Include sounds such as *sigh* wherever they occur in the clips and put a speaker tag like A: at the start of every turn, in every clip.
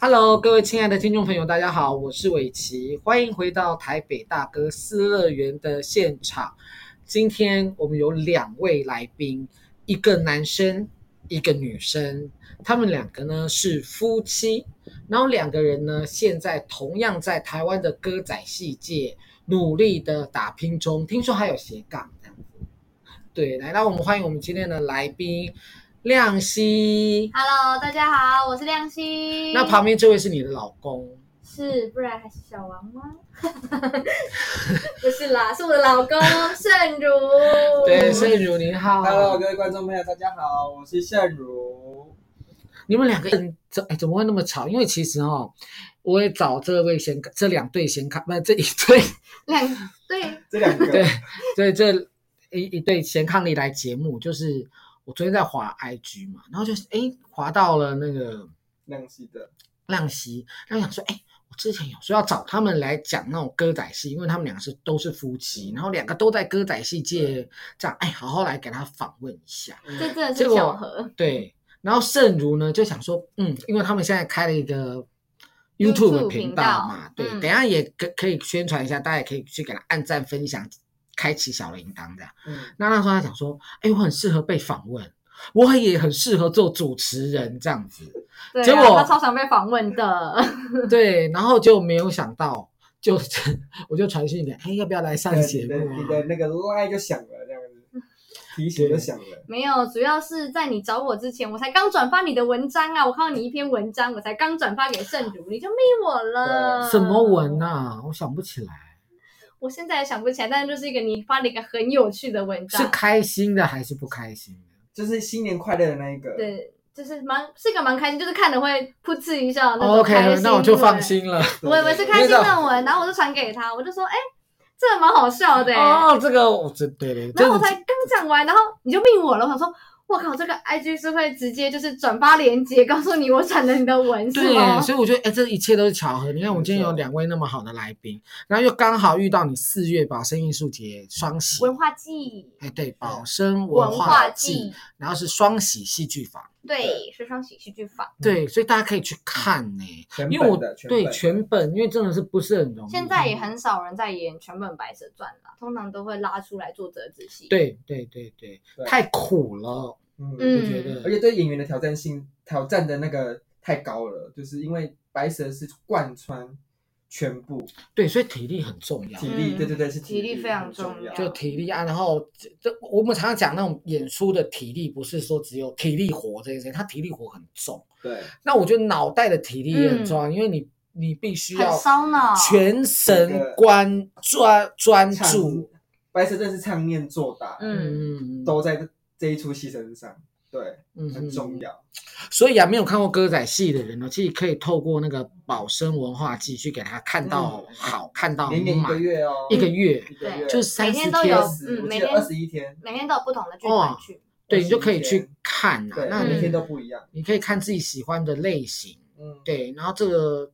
A: Hello，各位亲爱的听众朋友，大家好，我是伟奇，欢迎回到台北大哥私乐园的现场。今天我们有两位来宾，一个男生，一个女生，他们两个呢是夫妻，然后两个人呢现在同样在台湾的歌仔戏界努力的打拼中，听说还有斜杠这样子。对，来，那我们欢迎我们今天的来宾亮熙。
B: Hello，大家好，我是亮熙。
A: 那旁边这位是你的老公，
B: 是，不然还是小王吗？ *laughs* 不是啦，是我的
A: *laughs*
B: 老公盛如。
A: 对，盛如你好。
C: Hello，各位观众朋友，大家好，我是盛如。
A: 你们两个人怎哎怎么会那么吵？因为其实哦，我也找这位先这两对先看，不是这一对 *laughs*
B: 两对，
C: 这两
A: 对
C: 个
A: 对这一一对先康丽来节目，就是我昨天在滑 IG 嘛，然后就是哎滑到了那个
C: 亮系的，
A: 亮熙，然后想说哎。我之前有说要找他们来讲那种歌仔戏，因为他们两个是都是夫妻，然后两个都在歌仔戏界这样，哎，好好来给他访问一下。
C: 嗯
B: 这真的
A: 结
B: 是
A: 果
B: 巧合。
A: 对，然后盛如呢就想说，嗯，因为他们现在开了一个
B: YouTube
A: YouTube 频道嘛，
B: 频
A: 对，
B: 道嗯
A: 等一下也可可以宣传一下，大家也可以去给他按赞、分享、开启小铃铛这样。
C: 嗯，
A: 那那时候他想说，哎，我很适合被访问，我也很适合做主持人这样
B: *laughs*
A: 子，
B: 对啊，
A: 结果
B: 他超想被访问的。 *laughs*
A: 对，然后就没有想到。就 *laughs* 我就传讯给，哎，要不要来上节
C: 你的
A: 目
C: 你
A: 啊
C: 的？那个 line 就响了，这样子，提醒就响了。
B: 没有，主要是在你找我之前，我才刚转发你的文章啊！我看到你一篇文章，我才刚转发给盛如，你就密我了。
A: 什么
B: 嗯
A: 文？啊？我想不起来，
B: 我现在也想不起来，但是就是一个你发了一个很有趣的文章，
A: 是开心的还是不开心的？
C: 就是新年快乐的那一个，，
B: 对，就是蛮是一个蛮开心，就是看了会噗嗤一笑的那种
A: 哦 OK，
B: 开心
A: 那我就
B: 对
A: 放心了。
B: 我以为是开心论文，然后我就传给他，我就说，哎、这个蛮好笑的、欸。
A: 哦，这个我真对对，
B: 然后我
A: 这
B: 才刚讲完，然后你就命我了，我想说，我靠，这个 IG 是会直接就是转发链接，告诉你我转了你的文哦是吗
A: 对，？所以我觉得哎，这一切都是巧合。你看，我今天有
C: 没错
A: 两位那么好的来宾，然后又刚好遇到你四月宝生艺术节双喜，
B: 文化季，
A: 哎对，宝生
B: 文
A: 化
B: 化季，，
A: 然后是双喜戏剧坊，
B: 对，时尚喜剧剧坊。
A: 对，所以大家可以去看呢，
C: 全
A: 因为我
C: 本的，
A: 对
C: 本的嗯
A: 全本，因为真的是不是很容易，
B: 现在也很少人在演全本《白蛇传》了，通常都会拉出来做折子戏。，
A: 对对对对，
C: 对
A: 太苦了，
C: 嗯，
A: 我觉
B: 嗯，
C: 而
A: 得
C: 且对演员的挑战性挑战的那个太高了，就是因为白蛇是贯穿全部
A: 对，所以体力很重要
C: 体。力，
B: 嗯
C: 对对对，是
B: 体力
C: 力
B: 非常
C: 很
B: 重
C: 重
B: 要
A: 就体力啊，然后这这我们常常讲那种演出的体力，不是说只有体力活这件事情，他体力活很重。
C: 对，
A: 那我觉得脑袋的体力也很重啊要，因为你你必须
B: 嗯很
A: 要
B: 烧脑。
A: 全神关专专
C: 唱
A: 注，
C: 白蛇真的是唱念做打，
B: 嗯，
A: 嗯，
C: 都在这这一出戏身上，对，
A: 嗯
C: 很重。要。
A: 所以啊，没有看过歌仔戏的人呢，其实可以透过那个宝生文化季去给他看到
C: 嗯
A: 好，看到
C: 每年一
A: 满
C: 个月哦，
A: 一个月，
C: 一个月
A: 就是三
B: 每天
A: 十
B: 都有
A: 天
C: 二
B: 嗯，
C: 十，我
B: 每
C: 记得
B: 天
C: 二十一天，
B: 每天都有不同的剧团
A: 哇
B: 去。
A: 对你就可以
C: 21
A: 去
C: 天
A: 看啊。
C: 对，
A: 那
C: 每
A: 你
C: 天
B: 嗯
C: 都不一样。
A: 你可以看自己喜欢的类型，
C: 嗯，
A: 对，然后这个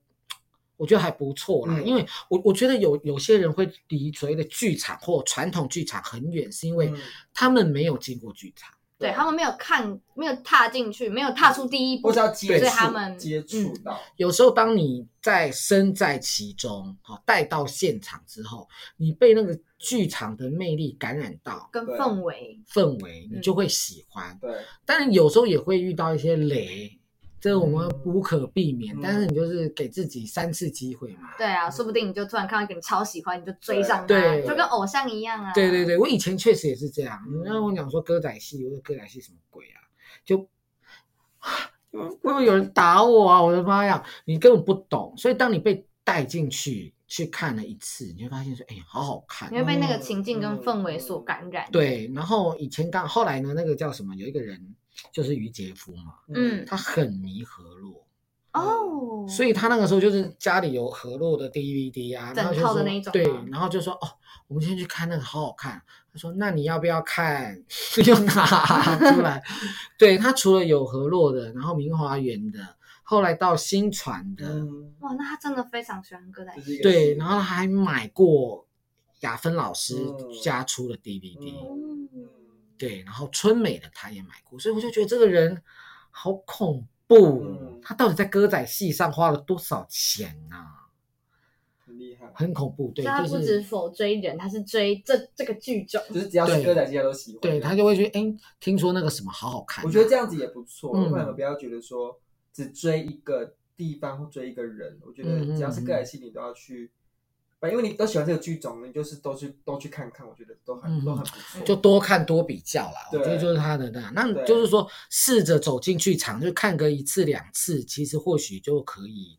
A: 我觉得还不错啦，
C: 嗯
A: 因为我我觉得有有些人会离所谓的剧场或传统剧场很远，是因为
C: 嗯
A: 他们没有进过剧场。
B: 对他们没有看，没有踏进去，没有踏出第一步
C: 我只。要
B: 所
C: 接触
B: 以他们
C: 接触到，
A: 有时候当你在身在其中，好、带到现场之后，你被那个剧场的魅力感染到。
B: 跟
C: 对
B: 氛围，
A: 氛围，
C: 嗯
A: 你就会喜
B: 嗯
A: 欢，
C: 对，
A: 但是有时候也会遇到一些雷，这个我们
C: 嗯
A: 无可避免。
C: 嗯
A: 但是你就是给自己三次机会嘛，
B: 对啊，说不定你就突然看到一个你超喜欢，你就追上他，
A: 对
B: 就跟偶像一样啊。
A: 对对，对，我以前确实也是这样。你
C: 嗯
A: 让我讲说歌仔戏，我说歌仔戏什么鬼啊？ *laughs* 就会不会有人打我啊？我的妈呀！你根本不懂。所以当你被带进去去看了一次，你就发现说，哎，好好看
B: 你。会被那个
C: 嗯
B: 情境跟
C: 嗯
B: 氛围所感染。，
A: 对，然后以前刚后来呢，那个叫什么？有一个人就是于杰夫嘛，
B: 嗯，
A: 他很迷河洛，
B: 哦，
A: 嗯所以他那个时候就是家里有河洛的 DVD 啊，然后就
B: 整套的
A: 说
B: 那一种
A: 对
B: 吗，
A: 然后就说哦，我们先去看那个，好好看。他说那你要不要看？ *laughs* 又拿出来。 *laughs* 对他除了有河洛的，然后明华园的，后来到新传的，
C: 嗯，
B: 哇，那他真的非常喜欢歌仔
C: 这
B: 戏。
C: 是一个
A: 对，
C: 戏
A: 然后他还买过雅芬老师
C: 嗯
A: 家出的 DVD，、
C: 嗯
B: 嗯，
A: 对，然后春美的他也买过，所以我就觉得这个人好恐怖
C: 嗯，
A: 他到底在歌仔戏上花了多少钱啊？
C: 很厉害，
A: 很恐怖，对，
B: 所以他
A: 就
B: 不止
A: 是
B: 否追人，他是追这这个剧种。
C: 就是只要是歌仔戏他都喜欢。
A: 对他就会觉得，哎，听说那个什么好好看啊，
C: 我觉得这样子也不错，
A: 嗯
C: 为什么不要觉得说只追一个地方或追一个人？我觉得
A: 嗯嗯
C: 只要是歌仔戏，你都要去，反正因为你都喜欢这个剧种，你就是都去都去看看，我觉得都很、
A: 嗯
C: 都很不错。
A: 就多看多比较啦，我
C: 对
A: 觉得就是他的那，那
C: 对
A: 就是说试着走进剧场，就看个一次两次，其实或许就可以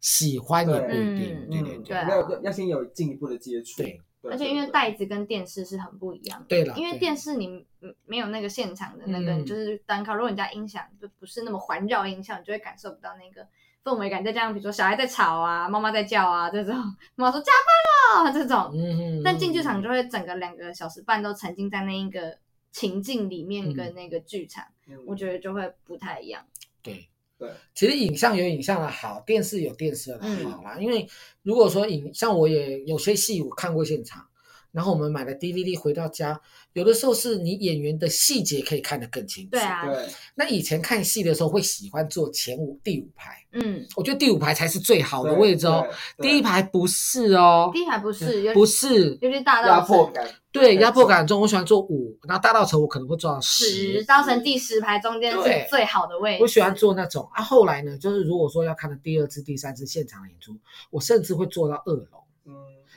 A: 喜欢也不一定，
B: 嗯
A: 对对
C: 嗯
A: 对
B: 啊
C: 要要要先有进一步的接触，
A: 对
C: 对，
B: 而且因为
C: 对
B: 带子跟电视是很不一样的，
A: 对了，
B: 因为
A: 啊对
B: 电视你嗯没有那个现场的那个，
A: 嗯
B: 你就是单靠。如果你家音响就不是那么环绕音响，你就会感受不到那个氛围感。再加上比如说小孩在吵啊，妈妈在叫啊这种，妈妈说加班了这种，
A: 嗯，
B: 但进剧场就会整个两个小时半都沉浸在那一个情境里面，
A: 嗯
B: 跟那个剧场，
C: 嗯
B: 我觉得就会不太一样。
A: 对。
C: 对，
A: 其实影像有影像的好，电视有电视的
B: 嗯
A: 好啦。因为如果说影像，我也有些戏我看过现场，然后我们买了 DVD 回到家，有的时候是你演员的细节可以看得更清楚。
B: 对，啊，
C: 对，
A: 那以前看戏的时候会喜欢坐前五第五排，
B: 嗯，
A: 我觉得第五排才是最好的
C: 对
A: 位置哦。，
C: 对
A: 第一，排不是哦，
B: 第一还不是，尤
A: 不
B: 其
A: 是，
B: 尤其大
C: 对压
B: 道
C: 迫
B: 城
C: 感，
A: 对
C: 没
A: 压迫
C: 错
A: 感很重。我喜欢坐五，然后大道城我可能会坐到
B: 十，
A: 十。
B: 大道城第十排中间
A: 对
B: 是最好的位置。
A: 我喜欢坐那种啊。后来呢，就是如果说要看到第二次、第三次现场的演出，我甚至会坐到二楼，
C: 嗯，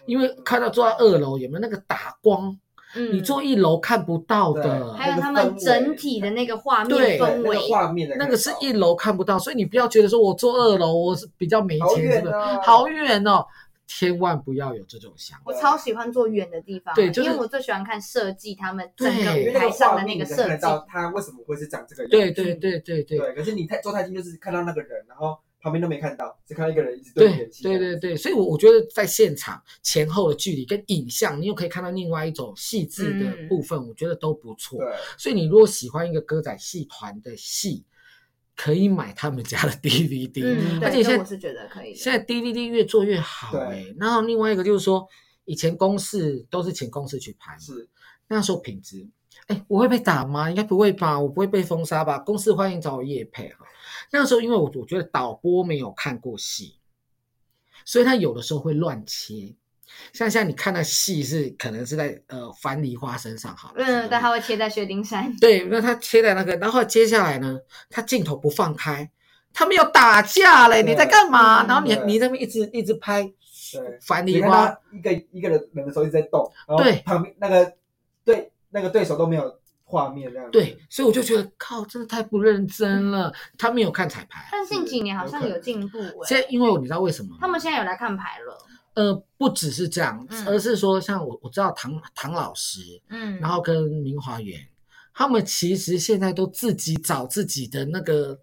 A: 因为看到坐到二楼有没有那个打光，
B: 嗯，
A: 你坐一楼看不到
C: 对
A: 的。
B: 还有他们整体的那个画
A: 对
B: 面氛
C: 对那
B: 围
C: 个，画面的
A: 那
C: 感
A: 个是
C: 受
A: 一楼看不到，所以你不要觉得说我坐二楼我是比较没
C: 好
A: 钱，是
C: 远
A: 不是？
C: 啊，
A: 好远哦，千万不要有这种想法。
B: 我超喜欢坐远的地方，
A: 对就是
B: 因为我最喜欢看设计他们整
A: 对
B: 个
C: 因为
B: 舞
C: 那
B: 台
C: 个
B: 上
C: 画
B: 的
C: 面
B: 那
C: 你
B: 个
C: 才
B: 设
C: 看得
B: 计。
C: 到它为什么会是长这个样子，
A: 对对对嗯对对
C: 对，可是你太坐太近，就是看到那个人，然后旁边都没看到，只看到一个人一直
A: 对
C: 你演戏。
A: 对对对，所以我，我觉得在现场前后的距离跟影像，你又可以看到另外一种细致的
B: 嗯
A: 部分，我觉得都不错。
C: 对，
A: 所以，你如果喜欢一个歌仔戏团的戏，可以买他们家的 *laughs* DVD。
B: 嗯，
A: 而且现
B: 对，
A: 在
B: 这我是觉得可以
A: 现
B: 的。
A: 在 DVD 越做越好
C: 对
A: 哎、然后另外一个就是说，以前公式都是请公式去拍嘛，
C: 是
A: 那时候品质，哎，我会被打吗？应该不会吧，我不会被封杀吧？公司欢迎找我叶配哈。那时候因为我我觉得导播没有看过戏，所以他有的时候会乱切。像像你看的戏是可能是在呃樊梨花身上好了，
B: 嗯，但它会贴在薛丁山。
A: 对，那他切在那个，然后接下来呢，他镜头不放开，他们要打架嘞，
C: 对
A: 你在干嘛？
B: 嗯
A: 然后你
C: 对
A: 你在那边一直一直拍啊
C: 对
A: 樊
C: 你
A: 梨
C: 看
A: 花，
C: 他一个一个人人的手一直在动，然后
A: 对
C: 旁边那个对那个对手都没有画面这样子。
A: 对，所以我就觉得靠，真的太不认
C: 嗯
A: 真了，他没有看彩排。
B: 但近几年好像
C: 有可
B: 有
C: 能
B: 进步
A: 现
B: 哎，
A: 在因为你知道为什么吗？
B: 他们现在有来看牌了。
A: 呃不只是这样，
B: 嗯
A: 而是说像我我知道唐唐老师，
B: 嗯，
A: 然后跟明华园，他们其实现在都自己找自己的那个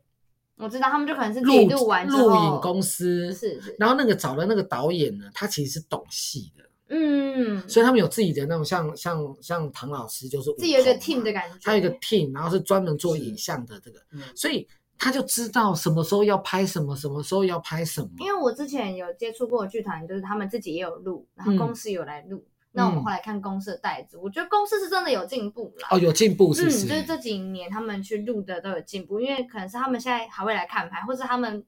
B: 我知道他们就可能是自己
A: 录
B: 录完之后
A: 录影公司，
B: 是是，
A: 然后那个找的那个导演呢，他其实是懂戏的，
B: 嗯，
A: 所以他们有自己的那种像像像唐老师就是
B: 自己有一个
A: 舞童
B: team
A: 嘛
B: 的感觉。
A: 他有一个 team，然后是专门做
C: 是
A: 影像的这个，
C: 嗯，
A: 所以他就知道什么时候要拍什么，什么时候要拍什么，
B: 因为我之前有接触过的剧团，就是他们自己也有录，然后
A: 嗯
B: 公司有来录。那我们后来看公司的袋子，我觉得公司是真的有进步啦。
A: 哦有进步是不是？
B: 嗯，就是这几年他们去录的都有进步，因为可能是他们现在还会来看牌，或是他们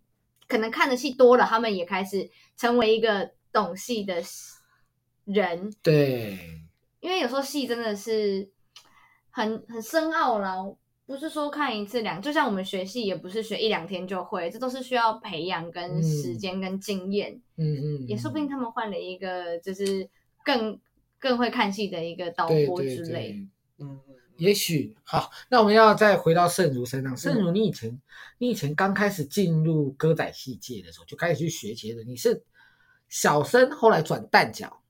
B: 可能看的戏多了，他们也开始成为一个懂戏的人。
A: 对。
B: 因为有时候戏真的是很很深奥啦，不是说看一次两，就像我们学戏也不是学一两天就会，这都是需要培养跟
A: 嗯
B: 时间跟经验。
A: 嗯嗯，
B: 也说
A: 嗯
B: 不定他们换了一个就是更更会看戏的一个导
A: 对
B: 播
A: 对
B: 之
A: 对
B: 类。
C: 嗯，嗯
A: 也许好，那我们要再回到盛如身上。盛
B: 嗯
A: 如，你以前你以前刚开始进入歌仔戏界的时候，就开始去学节的，你是小生，后来转旦角，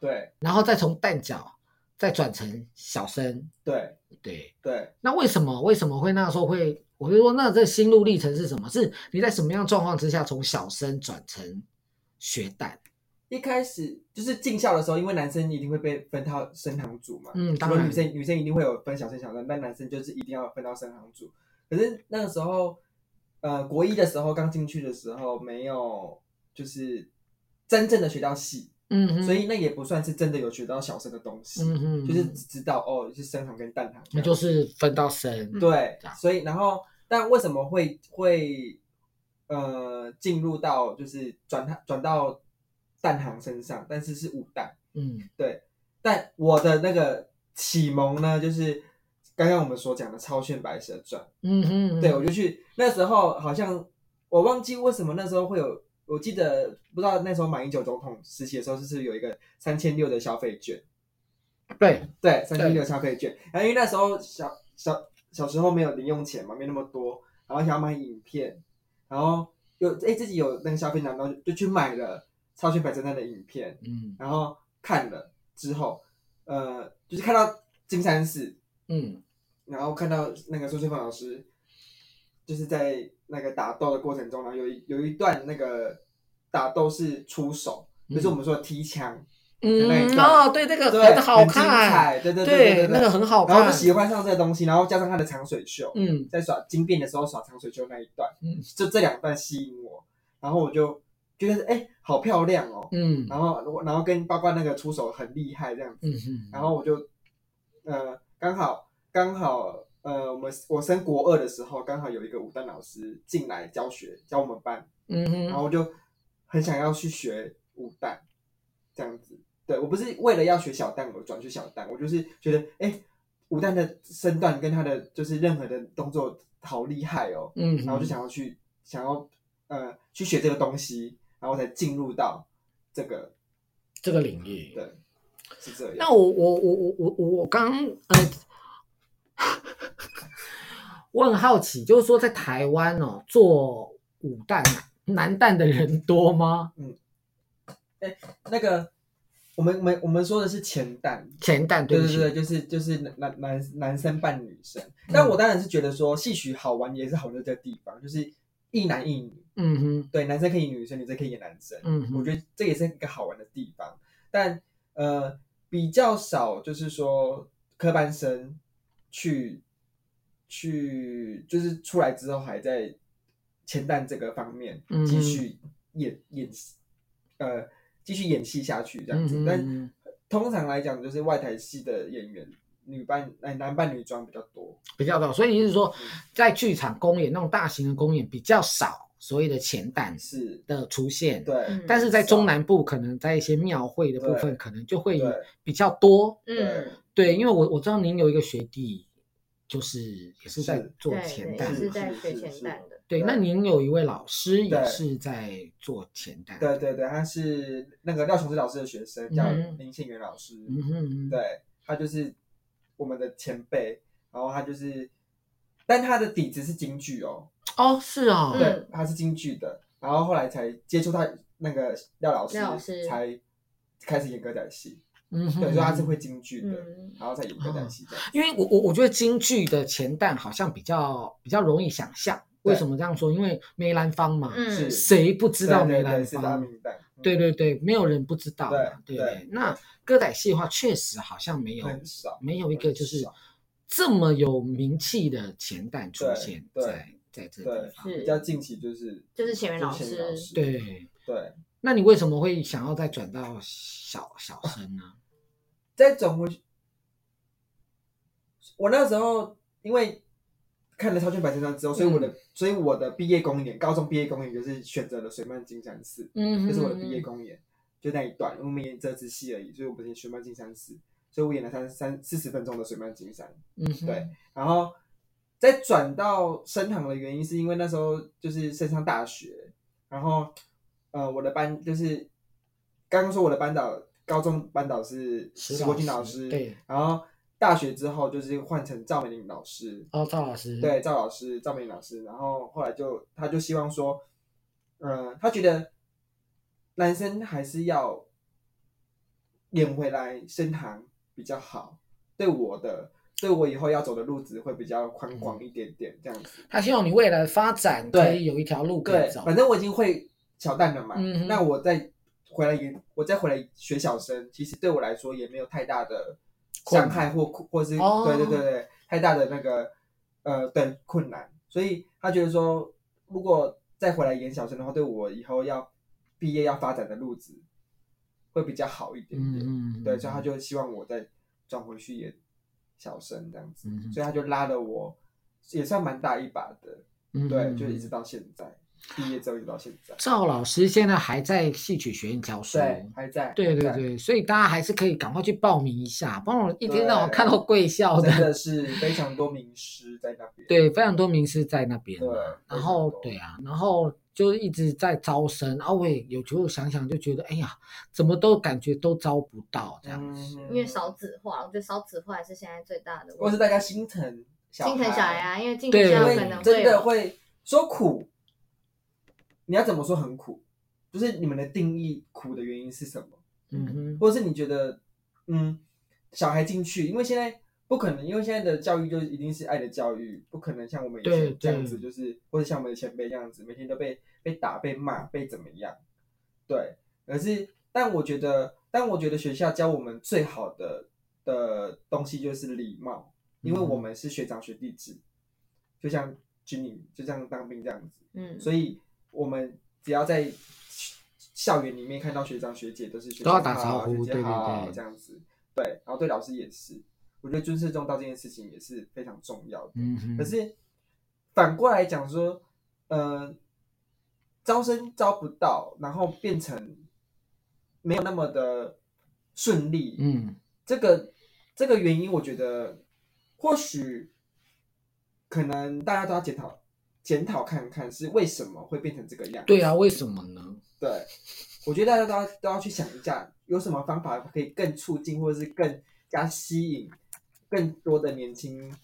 C: 对
A: 然后再从旦角再转成小生。
C: 对
A: 对，
C: 对，
A: 那为什么为什么会那时候会？我就说，那这心路历程是什么？是你在什么样的状况之下从小生转成学旦？
C: 一开始就是进校的时候，因为男生一定会被分到升堂组嘛，
A: 嗯，
C: 然
A: 当
C: 后
A: 然
C: 女，生女生一定会有分小生小生，但男生就是一定要分到生行组。可是那个时候，呃，国一的时候刚进去的时候，没有就是真正的学到戏，
A: 嗯哼，
C: 所以那也不算是真的有学到小生的东西，
A: 嗯哼，
C: 就是只知道哦是生行跟蛋行这
A: 那
C: 样，
A: 就是分到生，
B: 嗯
C: 对
A: 这样，
C: 所以然后但为什么会会呃进入到就是转他转到蛋行身上，但是是五蛋。
A: 嗯
C: 但我的那个启蒙呢，就是刚刚我们所讲的《超炫白蛇传》。
A: 嗯哼，
C: 对，我就去那时候好像我忘记为什么那时候会有，我记得不知道那时候马英九总统时期的时候，就是有一个三千六的消费券，
A: 对，
C: 对，三千六消费券。然后因为那时候小小小时候没有零用钱嘛，没那么多，然后想要买影片，然后有哎、自己有那个消费囊，然后就去买了《超炫百战战》的影片，
A: 嗯
C: 然后看了之后，呃，就是看到金山寺，
A: 嗯
C: 然后看到那个苏春芳老师，就是在那个打斗的过程中，然后有一有一段那个打斗是出手，
A: 嗯
C: 就是我们说的踢枪，那一
A: 嗯，
C: 段
A: 哦，对，那个 *laughs*
C: 对，
A: 很好
C: 很精
A: 看，
C: 彩，对对对
A: 对，
C: 对
A: 那个很好
C: 然后
A: 看
C: 就，喜欢上这个东西，然后加上他的长水袖，
A: 嗯
C: 在耍金变的时候耍长水袖那一段，
A: 嗯
C: 就这两段吸引我，然后我就觉得哎、好漂亮哦，
A: 嗯
C: 然后我然后跟包括那个出手很厉害这样子，
A: 嗯哼，
C: 然后我就呃刚好刚好呃我们我升国二的时候，刚好有一个武丹老师进来教学教我们班，
A: 嗯
C: 然
A: 哼，
C: 后我就很想要去学武丹这样子。对我不是为了要学小旦，我转去小旦，我就是觉得哎武丹的身段跟他的就是任何的动作好厉害哦，
A: 嗯哼，
C: 然后就想要去想要呃去学这个东西，然后才进入到这个
A: 这个领域，
C: 对是这样。
A: 那我我我我我我我刚呃， *laughs* 我很好奇，就是说在台湾哦，做武蛋男蛋的人多吗？
C: 那个我们我们我们说的是前蛋，
A: 前蛋
C: 对
A: 不
C: 对
A: 起，嗯
C: 对，就是就是男男男生扮女生。但我当然是觉得说戏曲好玩也是好在这个地方，就是一男一女，
A: 嗯哼，
C: 对，男生可以演女生，女生可以演男生。
A: 嗯
C: 我
A: 哼，
C: 觉得这也是一个好玩的地方，但呃比较少，就是说科班生去去就是出来之后还在前蛋这个方面
A: 嗯
C: 继续演、演戏呃继续演戏下去这样子，
A: 嗯哼
C: 但通常来讲就是外台戏的演员女扮哎男扮女装比较多，
A: 比较少，所以你是说
C: 嗯
A: 在剧场公演那种大型的公演比较少所谓的前蛋
C: 是
A: 的出现，
C: 对、
B: 嗯
A: 但是在中
C: 少
A: 南部可能在一些庙会的部分，
C: 对
A: 可能就会
C: 对
A: 比较多，
C: 对
B: 嗯，
A: 对，因为我我知道您有一个学弟，就是也是在
C: 是
A: 做
B: 对
A: 前
B: 对
A: 蛋
B: 也
A: 嘛，
B: 是在
C: 是
B: 学
C: 是
B: 前
C: 是
B: 蛋的，
A: 对，
C: 对
A: 那您有一位老师也
C: 对
A: 是在做前代，
C: 对对对，他是那个廖琼志老师的学生，叫
A: 嗯哼
C: 林信元老师。
A: 嗯哼嗯哼，
C: 对他就是我们的前辈，然后他就是，但他的底子是京剧哦，
A: 哦，是哦，
B: 嗯
C: 对，他是京剧的，然后后来才接触到那个廖老师，
B: 廖老师
C: 才开始演歌仔戏，
A: 嗯哼，
C: 对，所以他是会京剧的，
B: 嗯
C: 然后再演歌仔戏这样。
A: 因为我我我觉得京剧的前代好像比较比较容易想象，
C: 对
A: 为什么这样说？因为梅兰芳嘛，
B: 嗯
C: 是
A: 谁不知道梅
C: 对对对
A: 兰
C: 是大
A: 芳？
C: 名旦，嗯
A: 对对对，没有人不知道嘛，对
C: 对
A: 不
C: 对
A: 对？那歌仔戏的话，确实好像没有
C: 很少
A: 没有一个就是
C: 很少
A: 这么有名气的前代出
C: 对
A: 现
C: 对
A: 在在这个
C: 对
A: 地，方，
B: 是
C: 比较近期就是
B: 就是前元老
C: 就是
B: 师
C: 前元老师，
A: 对。
C: 对。
A: 那你为什么会想要再转到小小生呢？
C: 这种我我那时候因为看了《超圈百千章》之后，所以我的、
B: 嗯
C: 所以我的毕业公演，高中毕业公演就是选择了水漫金山寺，
A: 嗯
C: 这是我的毕业公演，就那一段，我们演这支戏而已，所以我们演水漫金山寺，所以我演了三三四十分钟的水漫金山，
A: 嗯哼
C: 对，然后再转到升堂的原因是因为那时候就是升上大学，然后呃我的班就是刚刚说我的班导高中班导是
A: 石
C: 石国军
A: 老
C: 老
A: 师
C: 师，
A: 对，
C: 然后大学之后就是换成赵美玲老师，
A: 哦，赵老师，
C: 对，赵老师赵美玲老师，然后后来就他就希望说，嗯、他觉得男生还是要演回来升堂比较好，对我的。对我以后要走的路子会比较宽广一点点，这样子。
A: 他希望你未来的发展
C: 对
A: 可以有一条路可
C: 对
A: 以，走。
C: 反正我已经会小旦了嘛，
A: 嗯哼
C: 那我再回来演，我再回来学小生，其实对我来说也没有太大的伤害或或是、
A: 哦
C: 对对对对太大的那个呃对困难，所以他觉得说，如果再回来演小生的话，对我以后要毕业要发展的路子会比较好一点点，
A: 嗯
C: 对，所以他，就希望我再转回去演小生这样子，
A: 嗯
C: 所以他就拉了我也算蛮大一把的，
A: 嗯
C: 对，就一直到现在，毕业之后一直到现在，
A: 赵老师现在还在戏曲学院教书。
C: 对，还在，
A: 对对
C: 还在，
A: 对，所以大家还是可以赶快去报名一下，不然我一天到晚
C: 对
A: 看到贵校
C: 真
A: 的，
C: 的是非常多名师在那边，
A: 哦对，非常多名师在那边
C: 对
A: 嘛。
C: 非
A: 然
C: 常
A: 后
C: 多
A: 对啊，然后就一直在招生，啊，我也有时候想想就觉得，哎呀，怎么都感觉都招不到这样。
C: 嗯，
B: 因为少子化，我觉得少子化还是现在最大的
C: 或
B: 问
C: 是
B: 题。
C: 大家心疼小
B: 心疼小孩啊，因为进
A: 对
B: 学校
A: 有
B: 可能
C: 会真的
B: 有
C: 会说苦，你要怎么说很苦？就是你们的定义苦的原因是什么？
A: 嗯哼，
C: 或者是你觉得，嗯，小孩进去，因为现在不可能，因为现在的教育就一定是爱的教育，不可能像我们以
A: 对
C: 前
A: 对
C: 这样子，就是或者像我们的前辈这样子，每天都被被打、被骂、被怎么样，对。而是，但我觉得，但我觉得学校教我们最好的的东西就是礼貌，因为
A: 嗯
C: 我们是学长学弟制，就像军营，就像当兵这样子，
B: 嗯，
C: 所以我们只要在校园里面看到学长学姐，都是学
A: 都要
C: 长
A: 打招
C: 好
A: 呼
C: 学姐
A: 对对
C: 好
A: 对
C: 这样子，对，然后对老师也是，我觉得尊师重道这件事情也是非常重要的。
A: 嗯哼，
C: 可是反过来讲说，呃，招生招不到，然后变成没有那么的顺利，
A: 嗯
C: 这个这个原因，我觉得或许可能大家都要检讨检讨看看是为什么会变成这个样子。
A: 对啊，为什么呢？
C: 对，我觉得大家都要都要去想一下，有什么方法可以更促进，或者是更加吸引更多的年轻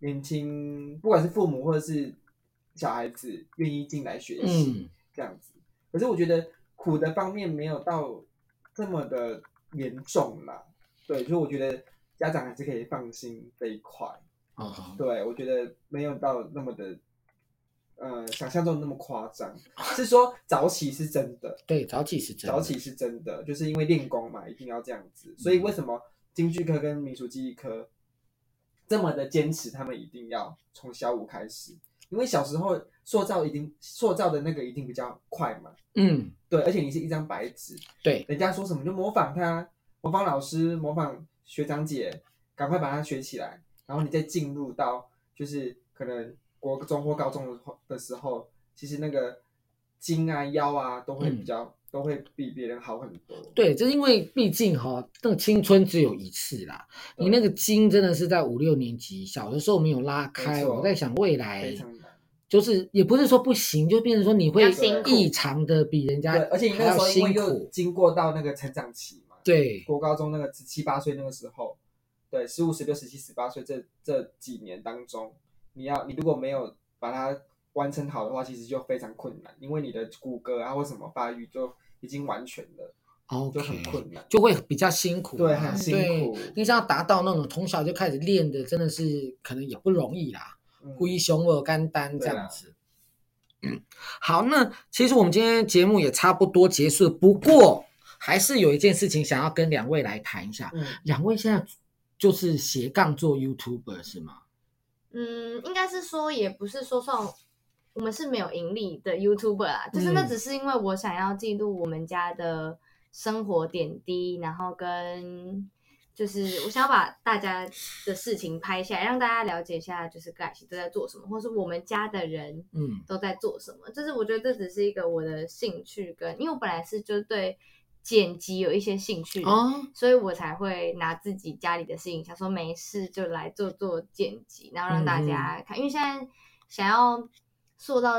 C: 年轻，不管是父母或者是小孩子愿意进来学习。
A: 嗯，
C: 这样子。可是我觉得苦的方面没有到这么的严重啦，对，所以我觉得家长还是可以放心这一块。
A: 哦好，
C: 对，我觉得没有到那么的，呃，想象中的那么夸张。是说早起是真的，
A: 对，早起是真的
C: 早起是真的，就是因为练功嘛，一定要这样子。所
A: 嗯
C: 以为什么京剧科跟民俗记忆科这么的坚持，他们一定要从小五开始？因为小时候塑造一定塑造的那个一定比较快嘛，
A: 嗯，
C: 对，而且你是一张白纸，
A: 对，
C: 人家说什么就模仿他，模仿老师，模仿学长姐，赶快把它学起来，然后你再进入到就是可能国中或高中的话的时候，其实那个筋啊腰啊都会比较、都会比别人好很多。
A: 嗯对，这是因为毕竟哈、那个青春只有一次啦，
C: 对
A: 你那个筋真的是在五六年级，小的时候没有拉开。
C: 没错
A: 我在想未来
C: 非常难。
A: 就是也不是说不行，就变成说你会
B: 要辛苦
A: 异常的比人家
C: 对，而且
A: 还
C: 你那
A: 要
C: 个时候因为
A: 辛
C: 又
A: 苦，
C: 经过到那个成长期嘛，
A: 对
C: 国高中那个十七八岁那个时候，对，十五、十六、十七、十八岁这这几年当中，你要你如果没有把它完成好的话，其实就非常困难，因为你的骨骼啊或什么发育就已经完全了，就很
A: ，OK，
C: 困难。
A: 就会比较辛苦
C: 对，
A: 啊，
C: 很
B: 嗯
C: 辛
A: 对。
C: 苦。
A: 你想要达到那种从小就开始练的，真的是可能也不容易啦。
C: 嗯
A: 龟熊耳肝丹这
C: 对啊
A: 样子。嗯，好，那其实我们今天节目也差不多结束了，不过还是有一件事情想要跟两位来谈一下。
C: 嗯，
A: 两位现在就是斜杠做 YouTuber 是吗？
B: 嗯，应该是说也不是说算我们是没有盈利的 YouTuber 啦，就是那
A: 嗯
B: 只是因为我想要记录我们家的生活点滴，然后跟就是我想要把大家的事情拍下来，让大家了解一下，就是盖西都在做什么，或是我们家的人
A: 嗯
B: 都在做什么。就是我觉得这只是一个我的兴趣跟，因为我本来是就对剪辑有一些兴趣的
A: 哦，
B: 所以我才会拿自己家里的事情，想说没事就来做做剪辑，然后让大家看，因为现在想要塑造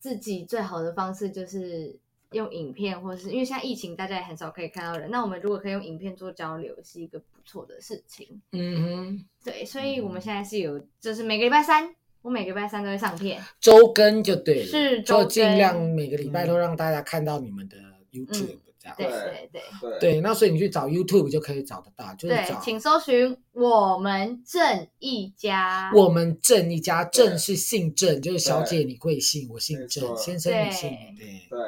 B: 自己最好的方式就是用影片，或是因为现在疫情大家也很少可以看到人，那我们如果可以用影片做交流，是一个不错的事情。
A: 嗯哼，
B: 对，所以我们现在是有，就是每个礼拜三，我每个礼拜三都会上片，
A: 周更就对了，
B: 是
A: 就
B: 周更嗯
A: 尽量每个礼拜都让大家看到你们的 YouTube 这样。
B: 对
C: 对
B: 对对
C: 对
A: 对，那所以你去找 YouTube 就可以找得到，就是
B: 对
A: 找，
B: 请搜寻我们正一家，
A: 我们郑一家，
C: 对
A: 郑是姓郑，就是小姐你贵姓，我姓郑，
C: 没错
A: 先生你姓
B: 对
A: 对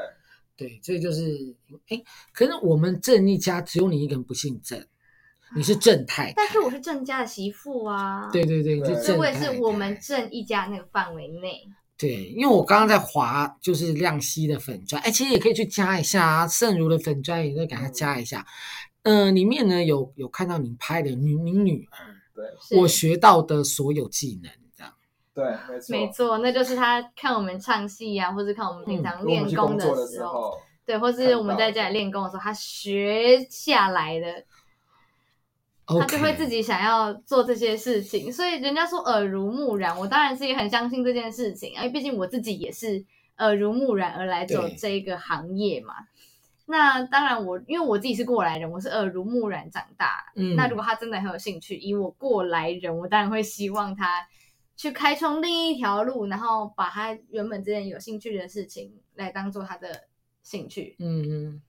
C: 对，
A: 对，这就是哎，可是我们郑一家只有你一个人不姓郑，你是郑太太，
B: 啊但是我是郑家的媳妇啊。
A: 对对对，你是
C: 对
B: 所以
A: 郑
B: 我
A: 太
B: 也
A: 太。
B: 是我们正一家那个范围内。
A: 对，因为我刚刚在划就是亮熙的粉砖，哎，其实也可以去加一下啊，盛如的粉砖也可以给他加一下。嗯、呃，里面呢有有看到您拍的您您女儿，
C: 对，
B: 是
A: 我学到的所有技能这样。
C: 对，没错，
B: 没错，那就是他看我们唱戏啊，或者看我们平常
C: 嗯如果我
B: 练
C: 们去
B: 功
C: 工作
B: 的
C: 时
B: 候，
C: 候，
B: 对，或是
C: 看
B: 我们
C: 到
B: 在家里练功的时候，他学下来的，他就会
A: OK
B: 自己想要做这些事情。所以人家说耳濡目染，我当然是也很相信这件事情啊，因为毕竟我自己也是耳濡目染而来走
A: 对
B: 这一个行业嘛。那当然我，因为我自己是过来人，我是耳濡目染长大，
A: 嗯，
B: 那如果他真的很有兴趣，以我过来人，我当然会希望他去开创另一条路，然后把他原本之前有兴趣的事情来当做他的兴趣。
A: 嗯嗯，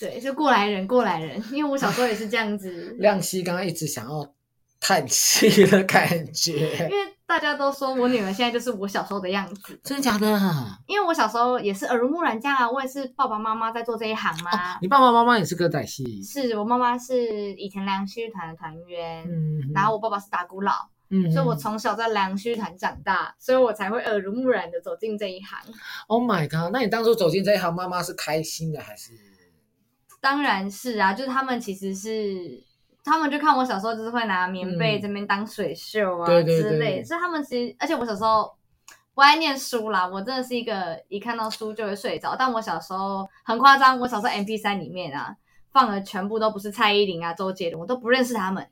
B: 对，就过来人，过来人，因为我小时候也是这样子，
A: 亮熙刚刚一直想要叹气的感
B: 因
A: 觉，
B: 为大家都说我女儿现在就是我小时候的样子，
A: 真的假的？
B: 因为我小时候也是耳濡目染这样啊，我也是爸爸妈妈在做这一行嘛。
A: 哦你爸爸妈妈也是歌仔戏，
B: 是我妈妈是以前梁旭团的团员，
A: 嗯，
B: 然后我爸爸是打鼓佬，
A: 嗯，
B: 所以我从小在良墟团长大，所以我才会耳濡目染的走进这一行。
A: Oh my god！那你当初走进这一行，妈妈是开心的还是？
B: 当然是啊，就是他们其实是，他们就看我小时候就是会拿棉被
A: 嗯
B: 这边当水袖啊、
A: 对对
B: 之类
A: 对
B: 的，所以他们其实，而且我小时候不爱念书啦，我真的是一个一看到书就会睡着。但我小时候很夸张，我小时候 M P 三里面啊放的全部都不是蔡依林啊、周杰伦，我都不认识他们。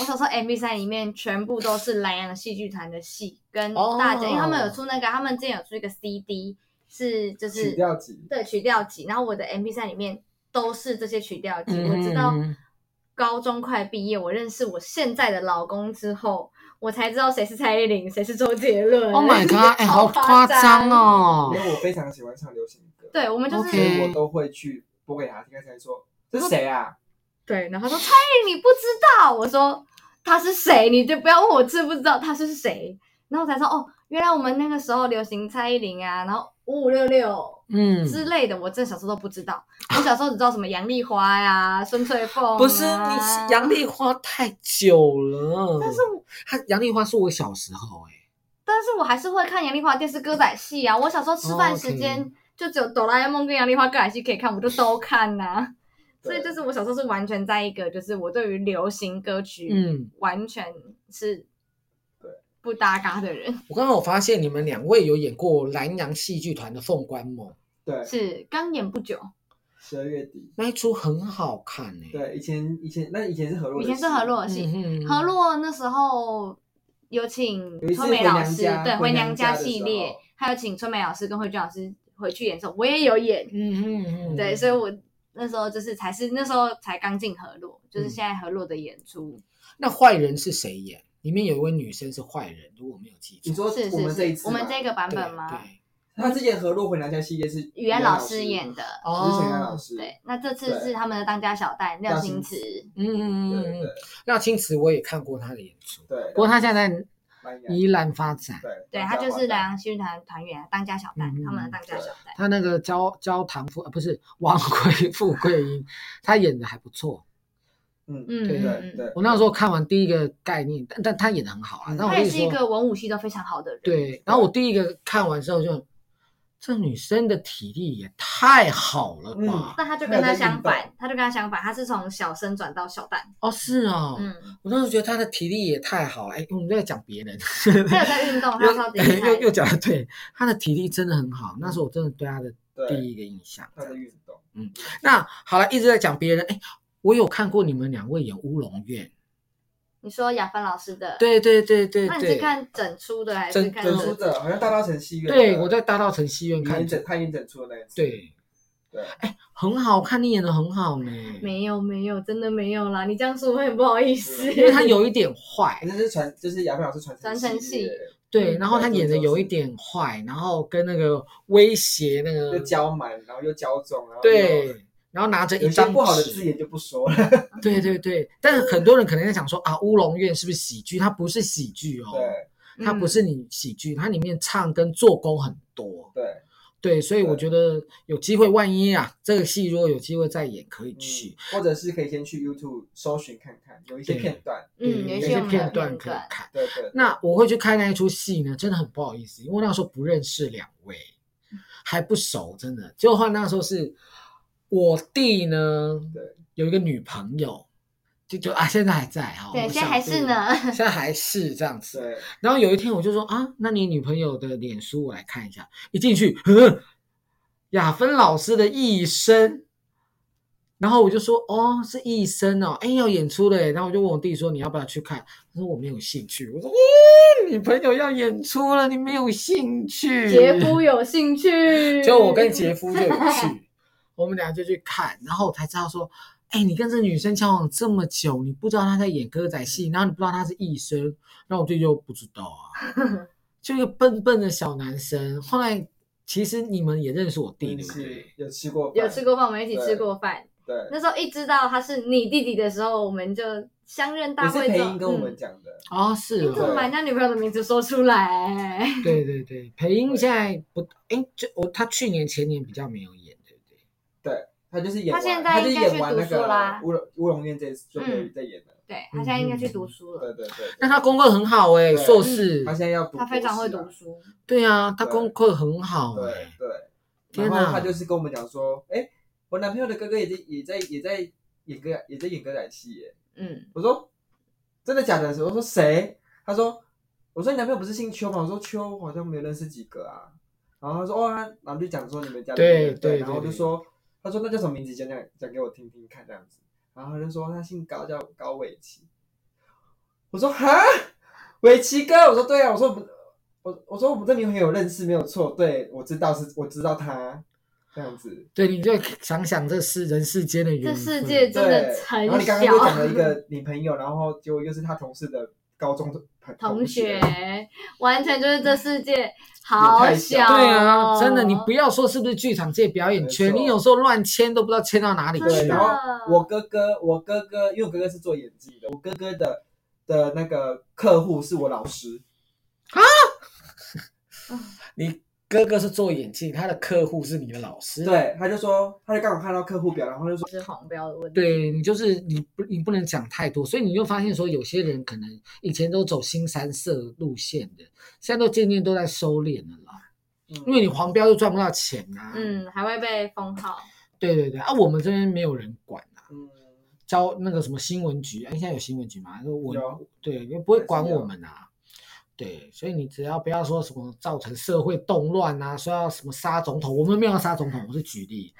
B: 我小时候 M P 三里面全部都是莱阳戏剧团的戏，跟
A: 哦
B: 大家因为他们有出那个，他们之前有出一个 C D，是就是
C: 起调级，
B: 对曲调集，然后我的 MP 三里面都是这些曲调集。
A: 嗯
B: 我知道高中快毕业，我认识我现在的老公之后，我才知道谁是蔡依林，谁是周杰伦。
A: Oh my
B: *laughs*
A: god！哎、好夸张！哦
C: 因！为我非常喜欢唱流行歌，
B: 对，我们就是
A: OK
C: 所以我都会去播给他听，他才说这是谁啊？
B: 对，然后他说蔡依林你不知道，我说他是谁，你就不要问我知不知道他是谁，然后我才说哦，原来我们那个时候流行蔡依林啊，然后五五六六。
A: 嗯，
B: 之类的，我真的小时候都不知道。我小时候只知道什么杨丽花呀、孙翠凤、啊
A: 不是你杨丽花太久了，
B: 但是我
A: 她杨丽花是我小时候哎、
B: 但是我还是会看杨丽花的电视歌仔戏啊。我小时候吃饭时
A: 哦
B: 间
A: ，OK
B: 就只有哆啦 A 梦跟杨丽花歌仔戏可以看，我就都看呐、
A: *laughs*
B: 所
C: 对
B: 以就是我小时候是完全在一个，就是我对于流行歌曲，
A: 嗯，
B: 完全是
C: 对
B: 不搭嘎的人。
A: 我刚刚有发现你们两位有演过南洋戏剧团的《凤冠梦》，
C: 对，
B: 是刚演不久，
C: 十二月底，
A: 那一出很好看哎、
C: 对，以前以前那以前是何洛
B: 以
C: 的戏，
B: 前是何洛的戏，
A: 嗯，
B: 何洛那时候有请
C: 有一次
B: 春梅
C: 回
B: 老
C: 娘
B: 师，
C: 家
B: 对
C: 回
B: 回
C: 娘
B: 娘
C: 家
B: 家
C: 的
B: 系
C: 时
B: 列
C: 候，
B: 还有请春梅老师跟慧君老师回去演奏，我也有演。
A: 嗯嗯嗯，
B: 对，所以我那时候就是才是那时候才刚进河洛，就是
A: 嗯
B: 现在河洛的演出，
A: 那坏人是谁演？里面有一位女生是坏人，如果没有记错，
C: 你说
B: 是
C: 我们这一
B: 是是，
C: 次
B: 我
C: 吗，
B: 们这个版
A: 对
B: 本吗？
A: 对，
C: 他之前何洛回娘家系列是
B: 语言老
C: 老
B: 师演，的，
C: 不是陈安老
A: 哦，
C: 师，
B: 对，那这次
C: 对
B: 是他们的当家小旦廖
C: 廖
B: 星
C: 星
B: 驰，
A: 嗯嗯嗯
C: 对
A: 嗯嗯
C: 对，
A: 廖青池我也看过他的演出，
C: 对，
A: 不过他现在在
C: 蛮严
A: 宜兰发展，
C: 对，
B: 对
C: 蛮
B: 他
C: 加
B: 就是
C: 华的
B: 莱阳戏剧团团员，当家小旦，
A: 嗯
B: 他们的
A: 嗯
B: 当家小旦。
A: 他那个焦焦糖富呃不是王贵富贵英，他演的还不错。
C: 嗯
A: 对
B: 嗯
C: 对
B: 嗯
C: 对
B: 嗯，
C: 对，
A: 我那时候看完第一个概念，但但他演的很好啊。
C: 嗯
A: 那我
B: 他
A: 跟
B: 也
A: 你
B: 是一
A: 说，
B: 个嗯文武戏都非常好的人。
A: 对，然后我第一个看完之后就，这女生的体力也太好了吧？
B: 那他就
C: 他
B: 跟
C: 有
B: 他
C: 在
B: 相
C: 运动
B: 反，他就跟他相反，他是从小生转到小旦，
A: 哦，是哦，
B: 嗯，
A: 我那时候觉得她的体力也太好了。哎，我们在讲别人，
B: 他有在运动，他超级厉
A: *laughs* 又
B: 害
A: 又又
B: 的。
A: 讲了，对，她的体力真的很好。那是我真的对她的第
C: 对
A: 一个印象。
C: 他的运动，
A: 那好了，一直在讲别人，哎，我有看过你们两位演《乌龙院》。
B: 你说雅凡老师的，
A: 对对对对
B: 那你是
A: 对，
B: 看整出的还是
A: 整
B: 看
C: 整
A: 整
C: 出的好像大稻城戏院的，
A: 对我在大稻城戏院
C: 你
A: 看
C: 演，整他演整出的那一次，
A: 对，哎
C: 对，
A: 很好看，你演的很好呢，
B: 没有没有，真的没有啦！你这样说我很不好意
C: *laughs*
B: 思。
A: 因为他有一点坏
C: 反，正是传就是亚飞老师传
B: 传承
C: 系列
A: 对，
B: 嗯
A: 然后他演的有一点坏，然后跟那个威胁那
C: 又
A: 个，
C: 娇蛮，然后又骄纵，然后又。
A: 对，然后拿着
C: 有
A: 一
C: 一些
A: 张
C: 不好的
A: 纸
C: 字眼就不说了，
A: 对对对，但是很多人可能在想说啊，乌龙院是不是喜剧？它不是喜剧哦，
C: 对
A: 它
B: 嗯
A: 不是你喜剧，它里面唱跟做工很多，
C: 对，
A: 对，所以我
C: 对
A: 觉得有机会，万一啊，这个戏如果有机会再演，可以
C: 嗯
A: 去。
C: 或者是可以先去 YouTube 搜寻看看，有一些
A: 对
C: 片段，
B: 嗯，
A: 对
B: 有
A: 有
B: 一
A: 一
B: 些我
A: 些
B: 们
A: 片
B: 的
A: 段
B: 片
A: 可以
B: 段，
A: 看。
C: 对对，
A: 那我会去看那一出戏呢，真的很不好意思，因为那时候不认识两位，
B: 嗯
A: 还不熟，真的。结果后来那时候是我弟呢
C: 对，
A: 有一个女朋友，就就啊，现在还在哈，
B: 对，
A: 我
B: 现在
A: 想
B: 还是
A: 必，
B: 呢，
A: 现在还是这样子。
C: 对，
A: 然后有一天我就说啊，那你女朋友的脸书我来看一下，一进去， *laughs* 呵雅芬老师的一生。然后我就说哦，是一生哦，哎，要演出嘞。然后我就问我弟说你要不要去看？他说我没有兴趣。我说哦，女朋友要演出了，你没有兴
C: 嗯
A: 趣？
B: 杰夫有兴趣，
A: 就我跟杰夫就有去，我们俩就去看，然后我才知道说，哎、你跟这女生交往这么久，你不知道她在演歌仔戏，然后你不知道她是医生，然后我就又不知道啊，
B: *laughs*
A: 就一个笨笨的小男生。后来其实你们也认识我弟，
C: 第一
A: 对不
C: 次
A: 对？
C: 有吃过，
B: 有吃，过饭，我们一起吃过饭。
C: 对，
B: 那时候一知道他是你弟弟的时候，我们就相认大
C: 也是
B: 会
C: 培
B: 之后
C: 英跟我们
B: 嗯
C: 讲的，
A: 哦，是
B: 你怎么
A: 哦，
B: 把人家女朋友的名字说出来？
C: 嗯
A: 对对对，培英现在不，哎、就我他去年前年比较没有演，对不对？
C: 他就是演
B: 他
C: 完，
B: 现在
C: 他就是
B: 应该
C: 演完
B: 去
C: 那
B: 读书啦
C: 个乌龙乌龙院这一次就没有
B: 嗯
C: 再演了，
B: 对他现在应该去读书了，
C: 对对对，对
A: 那他功课很好哎、
C: 对
A: 硕士
C: 他，现在要读博士啊，
B: 他非常会读书。
A: 对啊，他
C: 对
A: 功课很好哎、
C: 对对，
A: 天
C: 然后
A: 哪
C: 他就是跟我们讲说，哎，我男朋友的哥哥也在也在也在演歌也在演歌仔戏耶，
B: 嗯，
C: 我说真的假的？我说谁？他说我说你男朋友不是姓邱吗？我说邱好像没有认识几个啊。然后他说哦，他然后就讲说你们家里
A: 对
C: 面
A: 对对
C: 然后我就
A: 对
C: 说他说那叫什么名字？讲讲讲给我听听看这样子。然后他就说他姓高，叫高伟奇。我说哈，伟奇哥，我说对啊，我说我们我我说我们这名很有认识，没有错，对我知道是我知道他这样子。
A: 对，你就想想这是人世间的缘
B: 这
A: 分。
B: 世界真的很
C: 嗯然后你刚刚又讲了一
B: 小。
C: 个女朋友，然后结果又是他同事的高中同
B: 同
C: 学
B: 学，完全就是这世界好小、
C: 也太小
B: 哦，
A: 对啊，真的，你不要说是不是剧场界表演
C: 没
A: 圈，
C: 错
A: 你有时候乱签都不知道签到哪里
B: 真
C: 对，
A: 去啊
B: 的
C: 然。后我哥哥，我哥哥，因为我哥哥是做演技的，我哥哥的的那个客户是我老师，
A: 你哥哥是做演技，他的客户是你的老师。
C: 对，他就说，他就刚好看到客户表，然后就说，
B: 是黄标的问题。
A: 对你就是你不你不能讲太多，所以你就发现说有些人可能以前都走新三色路线的，现在都渐渐都在收敛了啦，
C: 嗯
A: 因为你黄标又赚不到钱啊。，
B: 嗯，还会被封号。
A: 对对对啊，我们这边没有人管啊，
C: 嗯，
A: 交那个什么新闻局，哎，现在有新闻局吗？我
C: 有
A: 对，因为不会
C: 还是
A: 管
C: 有
A: 我们啊。对，所以你只要不要说什么造成社会动乱啊，说要什么杀总统，我们没有要杀总统，我是举
C: *laughs*
A: 例，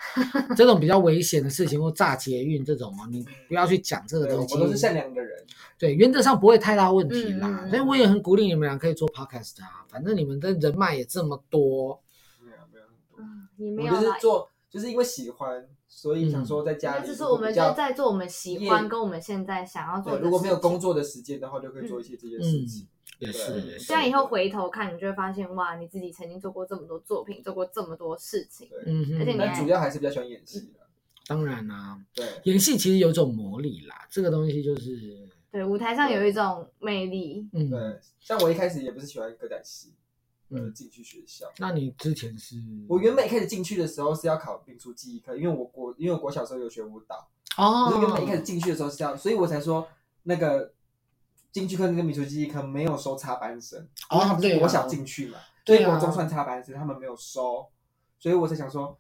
A: 这种比较危险的事情或炸捷运这种哦，你不要去讲这个
C: 嗯对，我
A: 东
C: 们
A: 西。
C: 都是善良的人，
A: 对，原则上不会太大问题啦。
B: 嗯嗯嗯
A: 所以我也很鼓励你们俩可以做 podcast 啊，反正你们的人脉也这么多。
C: 没有没有很多
B: 嗯，也
C: 我
B: 没有
C: 们
B: 啦。
C: 就是做，就是因为喜欢，所以想
A: 嗯
C: 说在家
B: 但
C: 里，
B: 就是我们就在做我们喜欢跟我们现在想要做
C: 对，
B: 的。
C: 如果没有工，作的时间的话，就可以做一些这些
A: 嗯
C: 事情。
A: 也
C: 对
A: 是，也是
B: 这。样以后回头看，你就会发现哇，你自己曾经做过这么多作品，做过这么多事情。
C: 对
A: 嗯
B: 而且
A: 哼，
B: 你
C: 但主要还是比较喜欢演戏的，
A: 当然啦、
B: 嗯
C: 对，
A: 演戏其实有一种魔力啦，这个东西就是，
B: 对，舞台上有一种魅力。
A: 嗯，
C: 对，像我一开始也不是喜欢歌仔戏，呃，
A: 嗯
C: 进去学校。
A: 那你之前是？
C: 我原本一开始进去的时候是要考民族记忆课，因为我国因为我国小时候有学舞蹈，
A: 哦
C: 可是原本一开始进去的时候是要，所以我才说那个进去课跟民族记忆课没有收插班生，
A: 哦
C: 因为他们是
A: 对啊
C: 国小进去嘛，
A: 对啊
C: 所以国中算插班生，他们没有收，所以我才想说，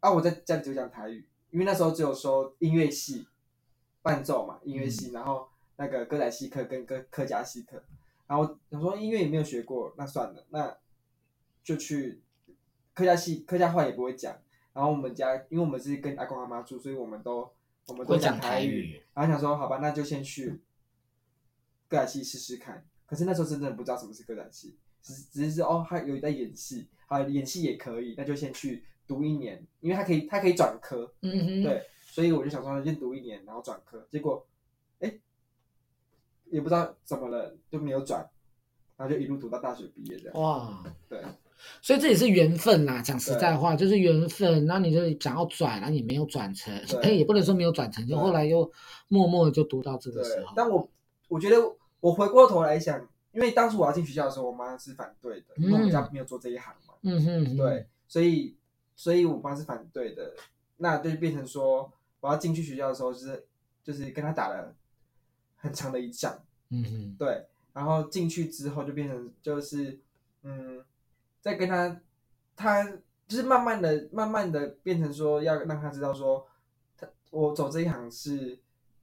C: 啊，我在家里就讲台语，因为那时候只有收音乐系伴奏嘛，
A: 嗯
C: 音乐系，然后那个歌仔戏课跟歌客家戏课，然后想说音乐也没有学过，那算了，那就去客家戏客家话也不会讲。然后我们家，因为我们是跟阿公阿妈住，所以我们都我们都
A: 会讲
C: 台
A: 台
C: 语
A: 语。
C: 然后想说，好吧，那就先去歌仔戏试试看。可是那时候真的不知道什么是歌仔戏，只是只是哦，他有在演戏，啊，演戏也可以，那就先去读一年，因为他可以他可以转科，
A: 嗯哼，
C: 对所以我就想说先读一年，然后转科。结果，哎，也不知道怎么了就没有转，然后就一路读到大学毕业这样。
A: 哇，
C: 对，
A: 所以这也是缘分啦。讲实在话，就是缘分。然后你就想要转，然后你没有转成，
C: 对
A: *laughs* 哎，也不能说没有转成，就
C: 对
A: 后来又默默的哦就读到这个
C: 对
A: 时，候。
C: 但我我觉得我回过头来想，因为当初我要进学校的时候，我妈是反对的，因为我们家没有做这一行嘛。
A: 嗯哼哼，
C: 对，所以所以我妈是反对的，那就变成说我要进去学校的时候，就是就是跟她打了很长的一仗。
A: 嗯哼，
C: 对，然后进去之后就变成就是，嗯，再跟他，他就是慢慢的、慢慢的变成说要让他知道说，他我走这一行是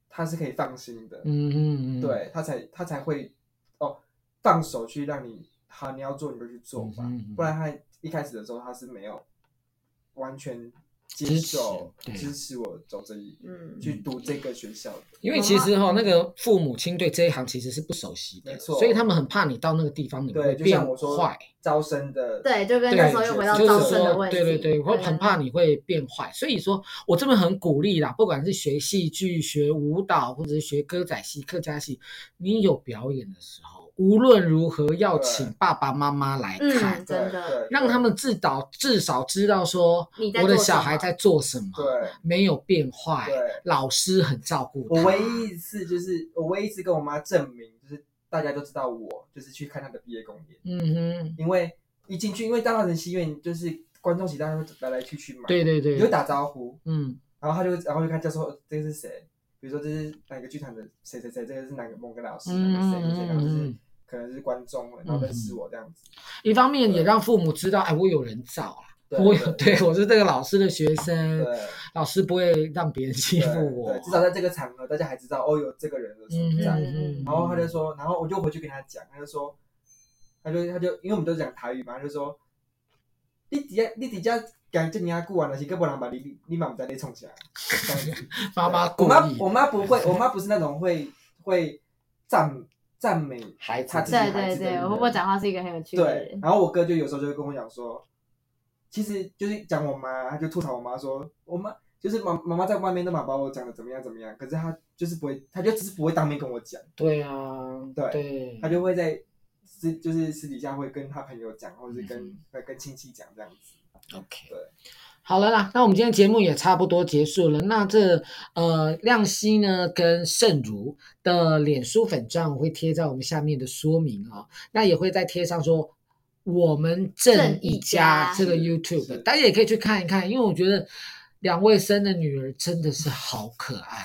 C: 他是可以放心的，
A: 嗯嗯，
C: 对他才他才会哦放手去让你好，你要做你就去做吧，
A: 嗯嗯嗯
C: 不然他一开始的时候他是没有完全接
A: 支持
C: 受
A: 对
C: 支持我走这一、
B: 嗯
C: 去读这个学校的，
A: 因为其实哈、那个父母亲对这一行其实是不熟悉的，
C: 没错
A: 所以他们很怕你到那个地方你会
C: 对，就
A: 变
C: 像我说
A: 坏，
C: 招生的，
B: 对，就跟
A: 对
B: 那时候又回到
A: 就
B: 招
A: 是
B: 生的
A: 说，
B: 问题，嗯
A: 对对对，我很怕你会变坏，所以说我这边很鼓励啦，不管是学戏剧、学舞蹈，或者是学歌仔戏、客家戏，你有表演的时候，无论如何要
C: 对
A: 请爸爸妈妈来看，
B: 嗯
C: 对
B: 真的
C: 对
A: 让他们至少至少知道说
B: 你在
A: 我的
B: 做什
A: 小孩
B: 么
A: 在做什么，
C: 对
A: 没有变坏，
C: 对。
A: 老师很照顾他。
C: 我唯一一次就是我唯一一次跟我妈证明，就是大家都知道我就是去看她的毕业公演，
A: 嗯哼，
C: 因为一进去，因为大稻城戏院就是观众席，大家会来来去去嘛，
A: 对对对，
C: 你就打招呼，
A: 嗯
C: 然后他就然后就看教授这个是谁，比如说这是哪个剧团的谁谁谁，这个是哪个某个老师，
A: 嗯
C: 哪个谁谁，然后就是可能是观众，然后认识我这样子，
A: 一方面也让父母知道，哎，我有人照啦。
C: 对
A: 我有 *laughs*
C: 对
A: 对我是这个老师的学生，
C: 对。
A: 老师不会让别人欺
C: 对
A: 负我
C: 对，。至少在这个场合，大家还知道哦，有这个人的
A: 嗯
C: 存在。
A: 嗯嗯，
C: 然后他就说，然后我就回去跟他讲，他就说，他就他就因为我们都讲台语嘛，他就说，你底下你底下讲这尼久啊，那是个不人把你你妈妈在那冲起来。啊这样子
A: 妈妈
C: 我
A: 故
C: 妈
A: 意
C: 我妈
A: *laughs*
C: 不会，我妈不是那种会会赞赞美
A: 孩子
C: 他自己
B: 对
C: 孩
B: 对
C: 子的
B: 对，
C: 人
B: 我婆婆讲话是一个很有趣的
C: 对
B: 人，，
C: 然后我哥就有时候就会跟我讲说，其实就是讲我妈，他就吐槽我妈说，我妈就是妈妈妈在外面都嘛把我讲的怎么样怎么样，可是她就是不会，她就只是不会当面跟我讲，
A: 对啊，
C: 对
A: 对，
B: 嗯
C: 她就会在私就是私底下会跟她朋友讲，或者是跟
A: 嗯、
C: 会跟亲戚讲这样子。
A: OK，
C: 对
A: 好了啦，那我们今天节目也差不多结束了。那这呃亮熙呢跟盛如的脸书粉账我会贴在我们下面的说明哦，那也会再贴上说我们正一家
B: 正一家
A: 这个
C: 是
A: YouTube，
C: 是
A: 大家也可以去看一看，因为我觉得两位生的女儿真的是好可
C: *laughs*
A: 爱。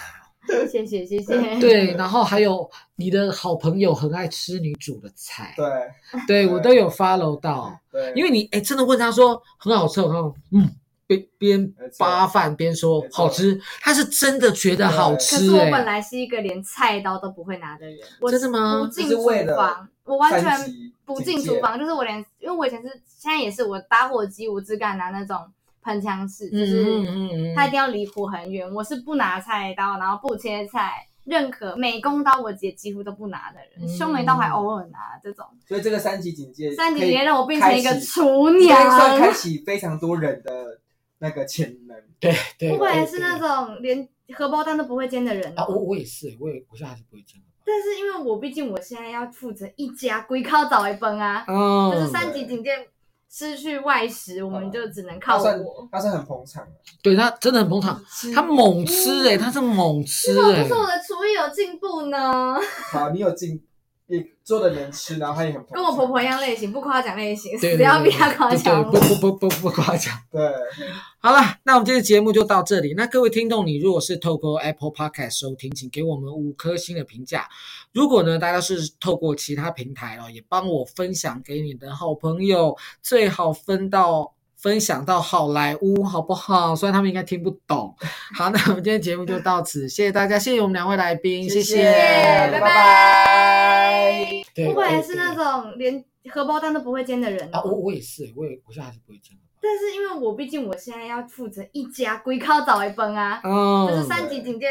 B: 谢谢谢谢，
A: 对，然后还有你的好朋友很爱吃你煮的菜，
C: 对
A: 对我都有 follow 到。
C: 对，
A: 因为你哎，真的问他说很好吃，我看嗯，边边
C: 没错
A: 扒饭边说
C: 没错
A: 好吃，他是真的觉得好
B: 可是
A: 吃
B: 我
A: 哎、
B: 本来是一个连菜刀都不会拿的人，我
A: 真的吗
B: 不进
C: 就是
B: 厨
C: 为了
B: 房，我完
C: 三
B: 全
C: 级
B: 不
C: 警
B: 进
C: 戒
B: 厨，房，就是我连，因为我以前是，现在也是，我打火机我只敢拿那种喷枪式，就
A: 嗯
B: 是
A: 嗯嗯
B: 它
A: 嗯，
B: 一定要离火很远，我是不拿菜刀，然后不切菜，认可美工刀我姐几乎都不拿的人，
A: 嗯
B: 修眉刀还偶尔拿这种，
C: 所以这个三级警戒，
B: 三级直接让我变成一个厨
C: 应该算开
B: 娘。
C: 启非常多人的那个潜能。
A: 对对，
B: 我本来是
A: 对
B: 那
A: 对
B: 种连荷包蛋都不会煎的人哦、
A: 啊，我我也是，我也我现在还是不会煎的。
B: 但是因为我毕竟我现在要负责一家龟靠找一本啊，
A: 嗯，
B: 就是三级警戒失去外食，我们就只能靠
A: 哦
C: 他算
B: 我。
C: 他算很捧场啊的，
A: 对他真的很捧场，
C: 是
A: 他猛吃哎、他是猛吃
B: 为什
A: 哎、
B: 么嗯不是我的厨艺有进步呢？
C: 好，你有进，你做的能吃，然后他也很捧
B: 跟我婆婆一
C: 场
B: 样类型，不夸奖类型，
A: 对
B: 只
A: 对
B: 要比
A: 对
B: 她夸
A: 对对，
B: 奖
A: 不
B: 我。
A: 不不不不夸奖。
C: 对。
A: 好了，那我们今天的节目就到这里。那各位听众，你如果是透过 Apple Podcast 收听，请给我们五颗星的评价。如果呢，大家是透过其他平台哦，也帮我分享给你的好朋友，最好分到分享到好莱坞，好不好？虽然他们应该听不懂。好，那我们今天节目就到此， *laughs* 谢谢大家，谢谢我们两位来宾，
C: 嗯谢
A: 谢，
C: 谢
B: 拜
C: 拜
B: 拜。
A: 对
B: 我本来是
A: 对对
B: 那种连荷包蛋都不会煎的人、
A: 啊，我
B: 哦，
A: 我也是，我也我现在还是不会讲。
B: 但是因为我毕竟我现在要负责一家龟靠找一本啊，
A: 嗯，哦
B: 就是三级警戒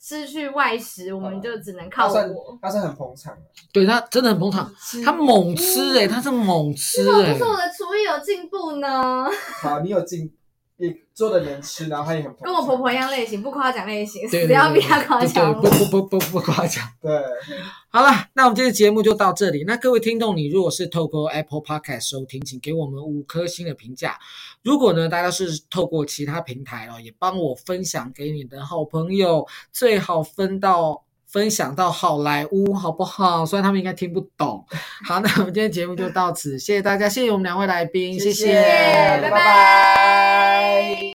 B: 失去外食，我们就只能靠
C: 他算
B: 我。
C: 他算很捧场啊的，
A: 对他真的很捧场，
C: 是
A: 他猛吃哎、他是猛吃
B: 为什么
A: 哎、
B: 嗯不是我的厨艺有进步呢？
C: 好，你有进，你做的能吃，然后他也很捧场
B: 跟我婆婆一样类 *laughs* 型，不夸奖类型，
A: 对
B: 只要比她夸奖
A: 对
B: 我。
A: 对不不不不不夸奖。
C: 对，
A: 好了，那我们今天的节目就到这里。那各位听众，你如果是透过 Apple Podcast 收听，请给我们五颗星的评价。如果呢，大家是透过其他平台哦，也帮我分享给你的好朋友，最好分到分享到好莱坞，好不好？虽然他们应该听不懂。好，那我们今天节目就
C: 嗯
A: 到此，谢谢大家，谢谢我们两位来宾，谢
C: 拜拜。